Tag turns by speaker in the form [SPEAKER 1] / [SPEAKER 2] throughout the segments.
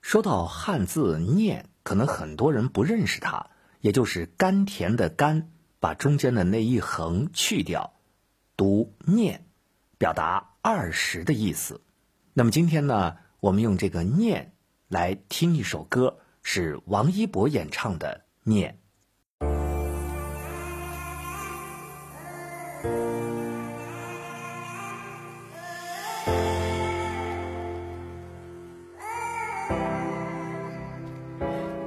[SPEAKER 1] 说到汉字“念”，可能很多人不认识它，也就是甘甜的“甘”，把中间的那一横去掉，读“念”，表达二十的意思。那么今天呢，我们用这个“念”来听一首歌，是王一博演唱的《念》。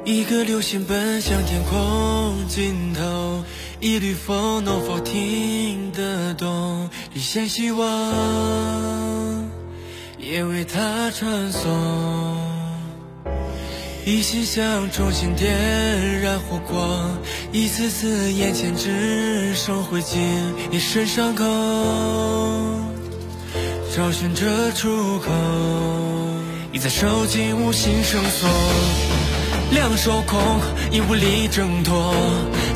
[SPEAKER 2] 一个流星奔向天空尽头，一缕风能否听得懂一线希望，也为它传送。一心想重新点燃火光，一次次眼前只剩灰烬，一身伤口，找寻着出口，已在受尽无形绳索。两手空，已无力挣脱。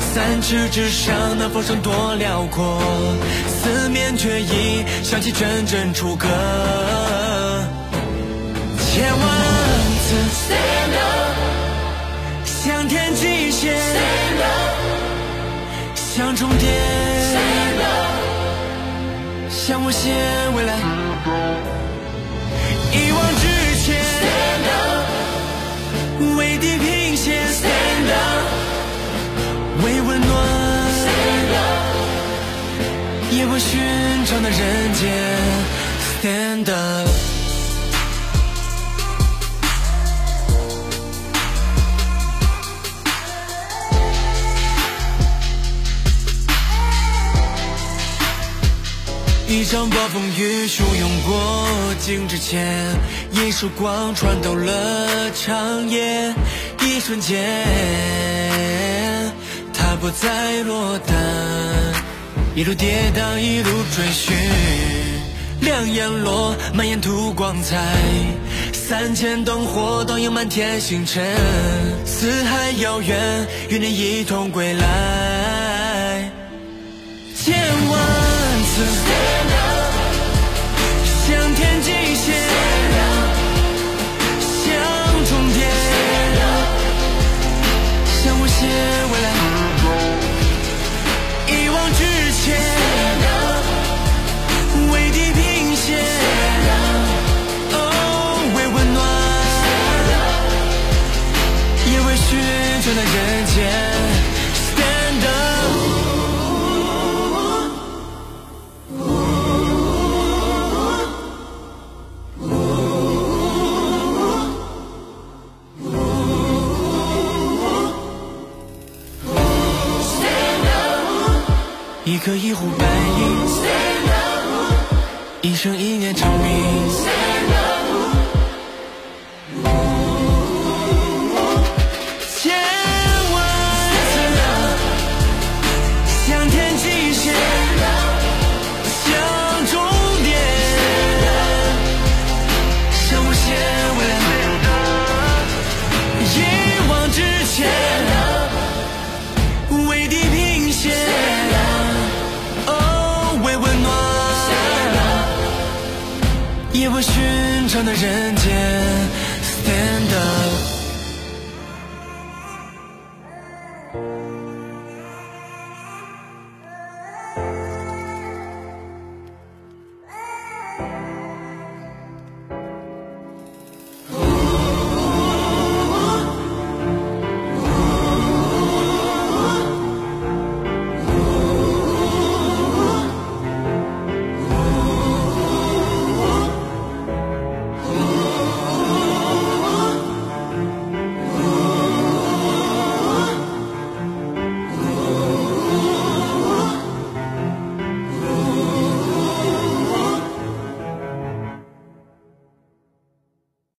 [SPEAKER 2] 三尺之上，能否剩多辽阔？四面却已响起阵阵楚歌。千万次 stand up，向天极限 stand up，向终点 stand up，向无限未来，一往直前 stand up。为地平线 stand up，为温暖 stand up，也为寻常的人间 stand up。一场暴风雨汹涌过境之前，一束光穿透了长夜，一瞬间，它不再落单，一路跌宕，一路追寻，两眼落，满眼吐光彩，三千灯火倒映满天星辰，四海遥远，与你一同归来，千万次。向天极限，向终点，向无限未来，一往直前，为地平线，哦，为温暖，也为寻常的人间。一颗一呼百应，一生一念长命。千万次向天极限，向终点，向无限未来，一往直前，为地平线。哦也为寻常的人间。